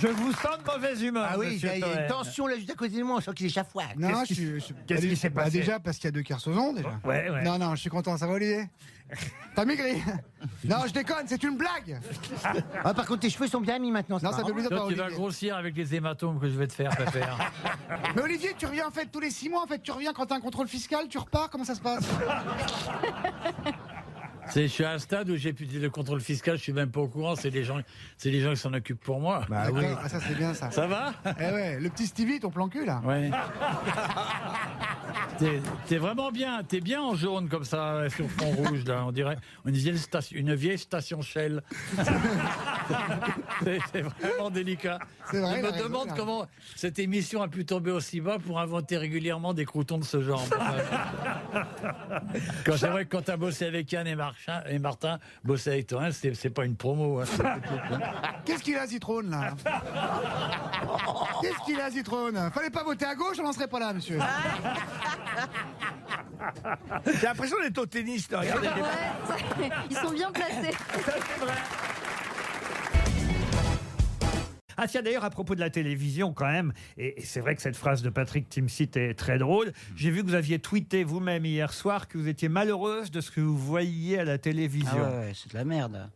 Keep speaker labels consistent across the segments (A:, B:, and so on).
A: Je vous sens de mauvaise humeur.
B: Ah oui, il y
A: monsieur
B: a il y a
A: Toen.
B: une tension là juste à côté de moi, on sent qu'il échafouade.
C: Non,
A: Qu'est-ce qui-
C: je suis- je-
A: qu'est-ce qui s'est
C: bah,
A: passé
C: Déjà, parce qu'il y a deux carcevants, déjà.
A: Ouais, ouais.
C: Non, non, je suis content, ça va, Olivier T'as maigri Non, je déconne, c'est une blague
B: Ah, par contre, tes cheveux sont bien mis maintenant. hein. c'est
C: Non, ça
B: marrant.
C: fait plaisir de
D: Toi,
C: parler,
D: tu vas
C: Olivier.
D: grossir avec les hématomes que je vais te faire, Pépère.
C: Mais Olivier, tu reviens en fait tous les six mois, en fait, tu reviens quand t'as un contrôle fiscal, tu repars, comment ça se passe
D: C'est, je suis à un stade où j'ai plus le contrôle fiscal, je suis même pas au courant, c'est les gens, c'est les gens qui s'en occupent pour moi.
A: Ah
C: Bah oui, bah, ça c'est bien ça.
D: Ça va
C: Eh ouais, le petit Stevie, ton plan cul là.
D: Ouais. T'es- T'es vraiment bien, t'es bien en jaune comme ça, euh, sur fond rouge, là, on dirait une vieille station, une vieille station Shell. c'est c'est vraiment délicat.
C: C'est vrai,
D: Je
C: il a
D: me
C: raison,
D: demande
C: il a
D: comment cette émission a pu tomber aussi bas pour inventer régulièrement des croutons de ce genre. quand c'est vrai que quand t'as bossé avec Anne et, Marchin- et Martin, bosser avec toi, hein, c'est c'est pas une promo. hein.
C: Qu'est-ce qu'il a Zitrone là Qu'est-ce qu'il a Zitrone Fallait pas voter à gauche, on n'en serait pas là, monsieur.
A: Ah. J'ai l'impression d'être au tennis. là, regardez.
E: Ouais, ils sont bien placés.
A: Ah tiens, d'ailleurs, à propos de la télévision, quand même, et, et c'est vrai que cette phrase de Patrick Timsit est très drôle,
B: Hmm.
A: j'ai vu que vous aviez tweeté vous-même hier soir que vous étiez malheureuse de ce que vous voyiez à la télévision.
F: Ah ouais, ouais, c'est de la merde.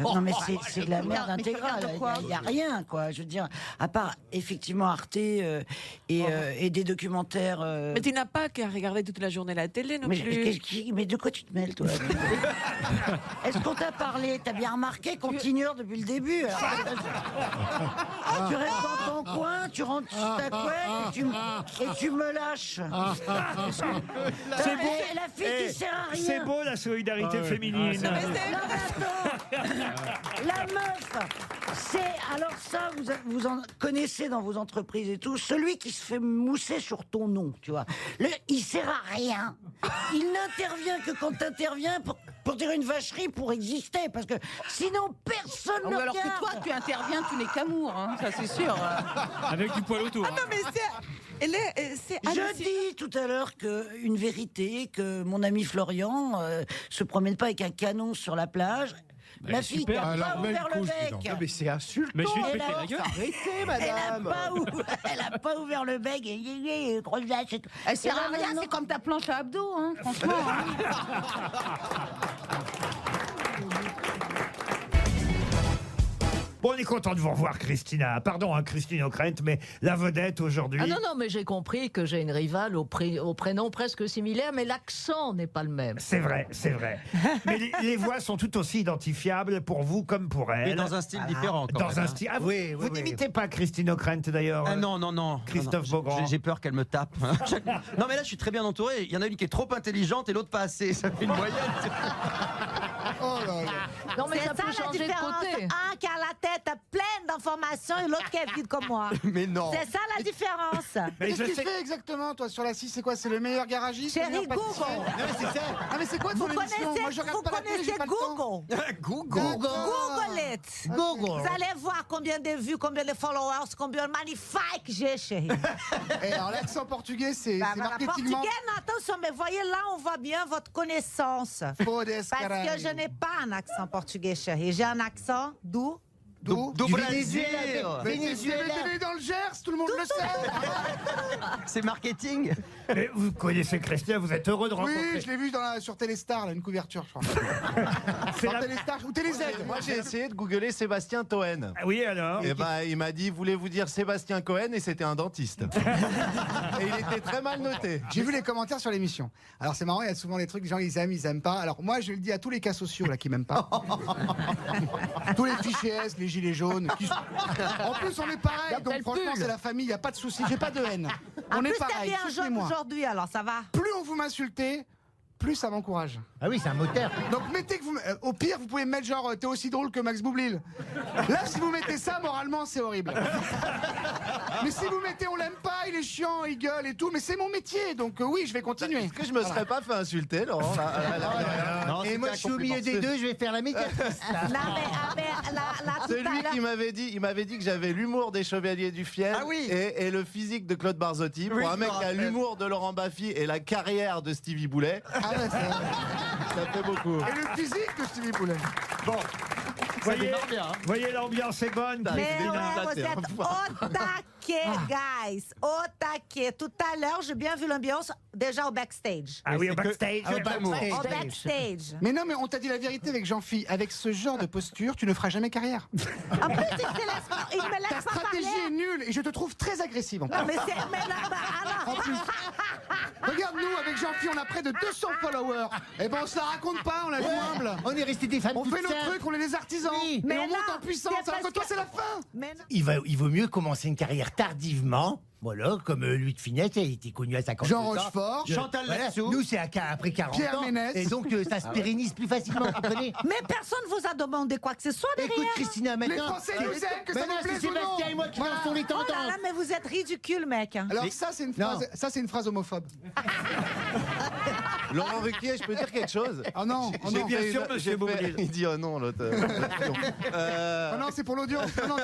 F: non mais c'est- c'est de
B: Oh,
F: la merde
E: mais tu
F: intégrale.
E: regardes
F: Il y a-
E: quoi
F: Il n'y a, rien quoi. Je veux dire, à part effectivement Arte euh,
B: Oh.
F: et, euh, et des documentaires. euh,
G: Mais tu n'as pas qu'à regarder toute la journée la télé non
F: mais,
G: plus.
F: qu'est-ce qui- mais de quoi tu te mêles toi Est-ce qu'on t'a parlé T'as bien remarqué qu'on t'ignore depuis le début. alors. Ah, tu restes dans ton coin, tu rentres sous ta couette et tu, m- et tu me lâches.
A: Ah. C'est
F: Non, mais c'est la fille qui
A: Eh,
F: sert à rien.
A: C'est beau la solidarité
B: Ah
A: féminine.
G: Non, mais c'est-
F: Non, mais attends. La meuf, c'est. Alors, ça, vous, vous en connaissez dans vos entreprises et tout, celui qui se fait mousser sur ton nom, tu vois. Le, il sert à rien. Il n'intervient que quand t'interviens pour, pour dire une vacherie pour exister, parce que sinon, personne
E: Ah
F: ne
E: oui, alors que
F: regarde.
E: toi, tu interviens, tu n'es qu'amour, hein, ça c'est sûr.
D: Avec du poil autour.
G: Ah non, mais c'est. Elle est- euh, c'est
F: Je
G: hallucinant.
F: dis tout à l'heure que une vérité que mon ami Florian euh, se promène pas avec un canon sur la plage. la fille
H: Bah, super. Ah,
F: n'a
H: Elle a
F: pas
H: remis le
F: ouvert le
H: couche, dis donc.
F: bec.
H: Ah,
B: Mais c'est insultant.
H: Mais je suis
F: Et
H: pété
F: alors,
H: la gueule.
B: Arrêtez,
F: Elle n'a
B: madame.
F: pas, ou- elle a pas ouvert le bec et yé, yé, grosse vache et tout.
E: Elle sert
F: Et
E: à
F: là,
E: rien,
F: maintenant-
E: c'est comme ta planche à abdos, hein, franchement. hein.
A: Bon, on est content de vous revoir, Christina. Pardon, hein, Christine O'Krent, mais la vedette aujourd'hui.
I: Ah non, non, mais j'ai compris que j'ai une rivale au, pré- au prénom presque similaire, mais l'accent n'est pas le même.
A: C'est vrai, c'est vrai. Mais les, les voix sont tout aussi identifiables pour vous comme pour elle.
H: Mais dans un style différent. Quand
A: Dans
H: même,
A: un
H: hein.
A: style. Ah, vous
B: Oui, oui,
A: vous
B: oui.
A: n'imitez pas Christine O'Krent d'ailleurs.
H: Ah non, non, non.
A: Christophe
H: Non, non,
A: Beaugrand.
H: j'ai- J'ai peur qu'elle me tape. Chaque- non, mais là, je suis très bien entouré. Il y en a une qui est trop intelligente et l'autre pas assez. Ça fait une moyenne.
C: Oh là là.
I: Non, mais ça, peut changer de côté.
J: Un qui a Ah, la tête pleine d'informations et l'autre qui est vide comme moi.
H: Mais non.
J: C'est ça la différence.
A: Mais
C: Qu'est-ce
A: je
C: que tu
A: sais-
C: fais exactement toi sur la 6 C'est quoi C'est le meilleur garagiste
J: C'est
C: le meilleur
J: Rigaud,
C: pâtissier
J: bon.
H: Non, mais c'est ça.
C: Ah mais c'est quoi ton
J: Vous
C: émission Moi je
J: connaissez,
C: regarde
J: vous
C: pas la télé, j'ai
J: connaissez
C: pas le temps.
J: Google.
H: Google.
J: Google it.
C: Google.
J: Vous allez voir combien de vues, combien de followers, combien de magnifiques j'ai, chérie.
C: Eh, alors l'accent portugais c'est
J: Bah,
C: c'est
J: voilà.
C: marketingment.
J: Portugais, non, attention, mais voyez là, on voit bien votre connaissance.
C: Fodes,
J: Parce que
C: caralho.
J: je n'ai pas un accent portugais, chérie. J'ai un accent doux.
C: D'où
H: Du Brésil.
C: Mais t'es- t'es t'es né dans le Gers, tout le monde le sait.
H: C'est marketing.
A: Mais vous connaissez Christina, vous êtes heureux de rencontrer.
C: Ah, Oui, je l'ai vu dans la- sur Téléstar, là, une couverture, je crois.
A: C'est
C: Sur
A: la-
C: Téléstar ou TéléZ.
B: Moi, j'ai essayé de googler Sébastien Toen.
A: Ah Oui, alors
B: Et bah, il m'a dit, voulez-vous dire Sébastien Cohen Et c'était un dentiste. et il était très mal noté.
C: J'ai vu les commentaires sur l'émission. Alors c'est marrant, il y a souvent les trucs, les gens ils aiment, ils aiment pas. Alors moi je le dis à tous les cas sociaux là qui m'aiment pas. tous les fichiers S, les gilets jaunes. qui sont- En plus on est pareil, donc franchement c'est la famille, il n'y a pas de souci, j'ai pas de haine.
J: En
C: on
J: plus,
C: est
J: t'as
C: pareil,
J: bien un jaune
C: moi
J: aujourd'hui, alors ça va.
C: Plus on vous m'insultez, plus ça m'encourage.
B: Ah oui, c'est un moteur.
C: Donc mettez que vous... euh, Au pire vous pouvez mettre genre euh, t'es aussi drôle que Max Boublil. Là si vous mettez ça moralement c'est horrible. Mais si vous mettez on l'aime pas, il est chiant, il gueule et tout, mais c'est mon métier, donc euh, oui je vais continuer.
B: Est-ce que je me serais pas fait insulter, Laurent là, Ah, là, là, là, là
H: Ah. Et moi, je suis au milieu des deux.
J: Non, mais, ah, mais, là, Bah, là, tout à
B: Celui
J: l'heure-
B: qui m'avait dit, il m'avait dit que j'avais l'humour des Chevaliers du Fiel
H: Ah oui.
B: et, et le physique de Claude Barzotti. Pour
H: Oui,
B: un
H: je me
B: mec qui a
H: rappelle.
J: Ah,
B: l'humour de Laurent Baffy et la carrière de Stevie Boulet,
C: ouais, c'est vrai.
B: Ça fait beaucoup.
C: Et le physique de Stevie Boulet.
B: Bon.
A: Voyez,
H: démarre bien, hein.
A: voyez l'ambiance est bonne.
J: Mais ouais,
A: Christina.
J: vous êtes au taquet, guys. Au taquet. Tout à l'heure, j'ai bien vu l'ambiance déjà au backstage.
A: Ah oui, au
B: que-
A: backstage.
B: que d'amour.
J: Au backstage.
C: Mais non, mais on t'a dit la vérité avec Jean-Phi. Avec ce genre de posture, tu ne feras jamais carrière.
J: En plus, il ne laisse pas- il me
C: Ta
J: laisse pas
C: stratégie est
J: Bah, parler.
C: nulle et je te trouve très agressive en plus.
J: Non, mais c'est. Mais là, bah, alors.
C: En plus. Regarde-nous, avec Jean-Phi, on a près de 200 followers. Et ben, on se la raconte pas, on a humble.
K: On est resté des femmes
C: On
K: toutes
C: fait nos
K: seules.
C: trucs, on est des artisans.
K: Oui.
C: Et
J: Mais
C: on monte
J: là,
C: en puissance.
J: c'est
C: Alors que
J: parce
C: toi,
J: que-
C: c'est la fin.
J: Mais non.
K: Il, va, il vaut mieux commencer une carrière tardivement. Voilà, comme euh, Louis de Funès, il était connu à 50
C: Jean
K: ans.
C: Rochefort.
K: Je-
H: Chantal
K: voilà,
H: Latsou.
K: Nous, c'est à- après 40
C: Pierre
K: ans.
C: Ménès. Ah
K: Et donc, euh, ça se pérennise plus facilement, vous comprenez
J: Mais personne vous a demandé quoi que ce soit derrière.
K: Écoute, Christina,
C: Les
K: maintenant...
C: Français
F: Ah,
C: nous aiment, que ça
K: maintenant,
C: nous
K: c'est
C: plaise ou
K: Sébastien et
C: non.
K: moi qui lançons les
J: Oh là
K: tendances.
J: là, mais vous êtes ridicule, mec. hein.
C: Alors ça, c'est une
K: Non.
C: phrase, ça, c'est une phrase homophobe.
B: Laurent Ruquier, je peux dire quelque chose
C: Ah non, ah
B: J'ai
C: non.
B: fait
A: bien sûr,
B: une-
A: monsieur
B: j'ai fait-
A: Bourdil.
B: Il dit oh non, l'autre. euh, l'autre pion. Euh,
C: Ah non, c'est pour l'audience. Ah non,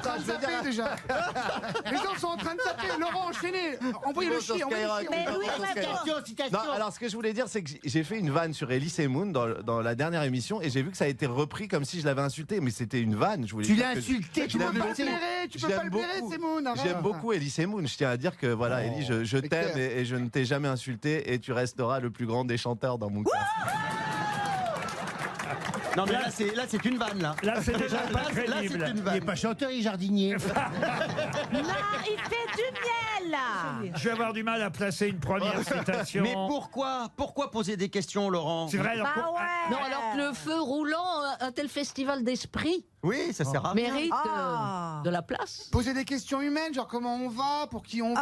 C: t'as raison, t'as raison. Les gens sont
B: mais
C: en
B: attends,
C: train de taper déjà.
B: je veux dire,
C: Les gens sont en train de taper. Laurent, enchaînez. Envoyez le
B: Bon, sur
C: chier. envoyez le
B: Skyrock,
C: chier.
J: Mais
B: on
J: oui,
B: va sur
J: mais
B: Skyrock.
J: attends.
K: Citation, citation.
B: Non, alors ce que je voulais dire, c'est que j'ai- j'ai fait une vanne sur Elise et Moon dans, dans la dernière émission et j'ai vu que ça a été repris comme si je l'avais insulté, mais c'était une vanne. Je voulais
K: Tu
B: dire
K: l'as
B: que-
K: insulté,
B: Je
K: tu
B: l'aime
K: l'as
C: Tu peux pas le
B: beaucoup.
C: blairer, tu peux
B: J'aime
C: pas le blairer,
B: beaucoup.
C: c'est Moon. arrête.
B: J'aime beaucoup Elise et Moon. Je tiens à dire que voilà, Elise, je, je
C: Mais
B: t'aime
C: clair.
B: et, et je ne t'ai jamais insulté et tu resteras le plus grand des chanteurs dans mon cœur.
H: Non, mais là, c'est, là, c'est une vanne, là.
A: Là, c'est Ah, déjà
H: Là,
A: pas
H: c'est- là, c'est
A: crédible.
H: une
K: Il n'est
H: vanne.
K: pas chanteur, il est jardinier.
J: Non, il fait du miel. là.
A: Je vais avoir du mal à placer une première citation.
H: Mais pourquoi Pourquoi poser des questions, Laurent
A: C'est vrai, alors,
J: Bah
A: pour-
J: ouais.
I: Non, alors que le feu roulant, euh, un- un tel festival d'esprit
H: Oui, ça sert à rien.
I: mérite
J: Ah.
I: euh, de la place.
C: Poser des questions humaines, genre comment on va, pour qui on vote,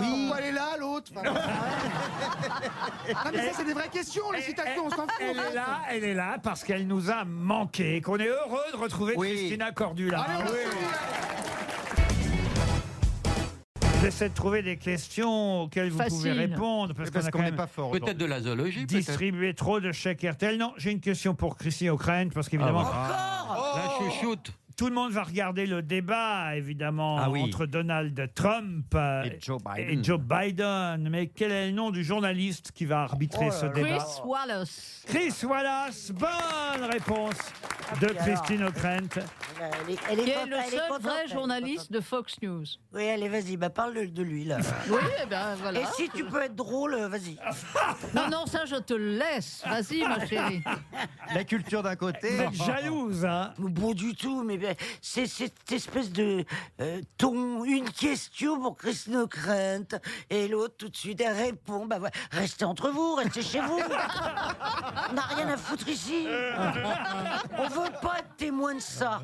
C: euh,
J: Oui.
C: pourquoi elle est là, l'autre. Enfin, voilà. non, mais ça, c'est des vraies questions, les citations, on s'en fout.
A: Ah, Elle est eh, là, elle est là parce qu'elle nous a manqué, qu'on est heureux de retrouver
H: Oui.
A: Christina Cordula.
C: Allez, on se dit.
A: J'essaie de trouver des questions auxquelles vous
I: Facile.
A: pouvez répondre parce, qu'on a quand même
B: fort.
L: Peut-être de la zoologie, peut-être.
A: distribué trop de chèques RTL. Non, j'ai une question pour Christine O'Krent parce qu'évidemment,
L: La
H: Oh
L: chouchoute.
A: tout le monde va regarder le débat, évidemment,
L: Ah oui.
A: entre Donald Trump euh,
H: Et Joe
A: et
H: Biden.
A: Joe Biden. Mais quel est le nom du journaliste qui va
J: Oh
A: arbitrer ce
J: Eh ben.
A: débat
I: Chris Wallace.
A: Chris Wallace. Bonne réponse de
J: Ah, puis alors.
A: Christine O'Krent.
F: Elle est-
J: Elle est
I: Qui est
J: contente,
I: le
J: elle est
I: seul
J: contente,
I: vrai
J: elle est
I: journaliste de Fox News.
F: contente. Oui, allez, vas-y, bah, parle de- de lui, là.
I: Oui, eh ben voilà.
F: Et si tu peux être drôle,
C: euh,
F: vas-y.
I: Non, non, ça je te le laisse. Vas-y, ma chérie.
H: La culture d'un côté.
A: Vous êtes jalouse, hein
F: Bon, du tout, mais ben, c'est c'est cette espèce de euh, ton, une question pour Christine O'Krent, et l'autre tout de suite, elle répond, bah, ouais, restez entre vous, restez chez vous. On n'a rien à foutre ici. On veut pas être témoin de ça.